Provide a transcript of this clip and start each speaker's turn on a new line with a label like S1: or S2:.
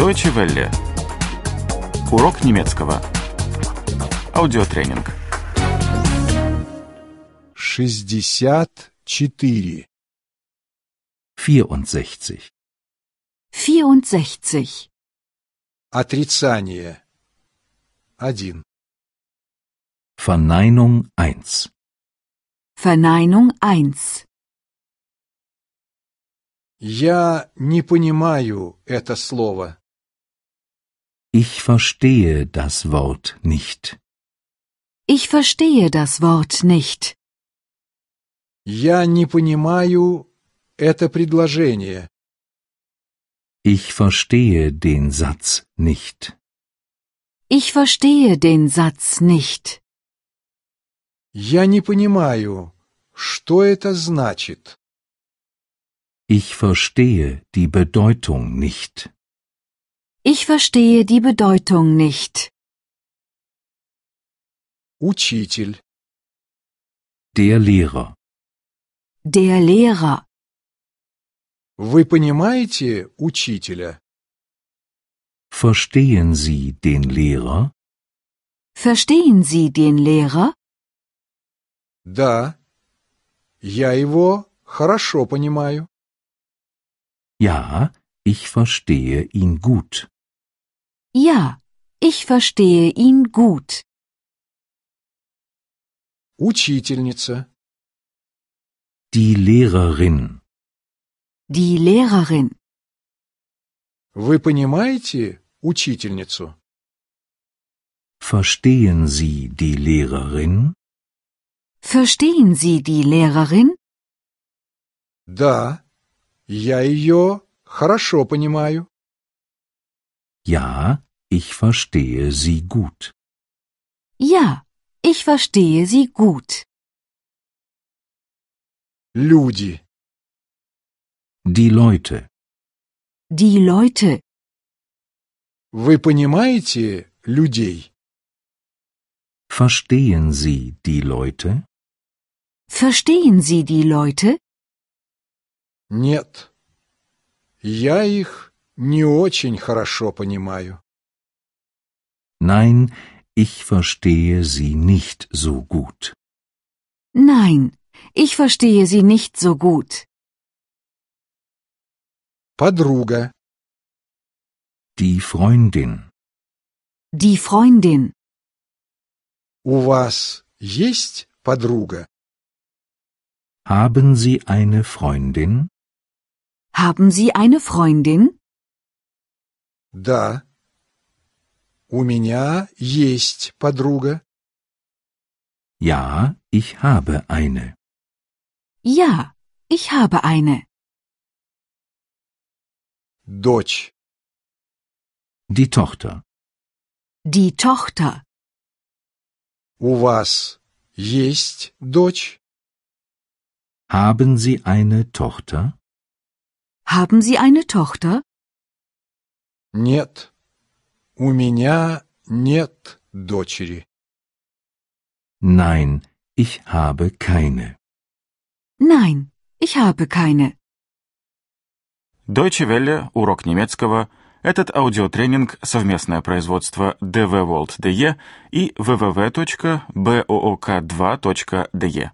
S1: Deutsche Welle. Урок немецкого. Аудиотренинг.
S2: 64.
S3: 64.
S4: 64.
S2: Отрицание. 1.
S3: Verneinung 1.
S4: Verneinung 1.
S2: Я не понимаю это слово.
S3: Ich verstehe das Wort nicht.
S4: Ich verstehe das Wort nicht.
S2: Я не понимаю это предложение.
S3: Ich verstehe den Satz nicht.
S4: Ich verstehe den Satz nicht.
S2: Я не понимаю, что это значит.
S3: Ich verstehe die Bedeutung nicht.
S4: Ich verstehe die Bedeutung nicht.
S2: Учитель.
S3: Der Lehrer.
S4: Der Lehrer.
S2: Вы понимаете учителя?
S3: Verstehen Sie den Lehrer?
S4: Verstehen Sie den Lehrer?
S2: Да. Я его хорошо понимаю.
S3: Ja, ich verstehe ihn gut.
S4: Ja, ich verstehe ihn gut.
S2: Учительница.
S3: Die Lehrerin.
S4: Die Lehrerin.
S2: Вы понимаете учительницу?
S3: Verstehen Sie die Lehrerin?
S4: Verstehen Sie die Lehrerin?
S2: Да. Я ее хорошо понимаю.
S3: Ja, ich verstehe sie gut.
S4: Ja, ich verstehe sie gut.
S2: Люди.
S3: Die Leute.
S4: Die Leute.
S2: Вы понимаете людей?
S3: Verstehen Sie die Leute?
S4: Verstehen Sie die Leute?
S2: Нет. Я их не очень хорошо понимаю.
S3: Nein, ich verstehe sie nicht so gut.
S4: Nein, ich verstehe sie nicht so gut.
S2: Подруга.
S3: Die Freundin.
S4: Die Freundin.
S2: У вас есть подруга?
S3: Haben Sie eine Freundin?
S4: Haben Sie eine Freundin?
S2: Да. У меня есть подруга.
S3: Ja, ich habe eine.
S4: Ja, ich habe eine.
S2: Дочь.
S3: Die Tochter.
S4: Die Tochter.
S2: У вас есть дочь?
S3: Haben Sie eine Tochter?
S4: Haben Sie eine Tochter?
S2: Нет. У меня нет дочери.
S3: Nein, ich habe keine.
S4: Nein, ich habe keine.
S1: Deutsche Welle. Урок немецкого. Этот аудиотренинг – совместное производство DW World DE и www.book2.de.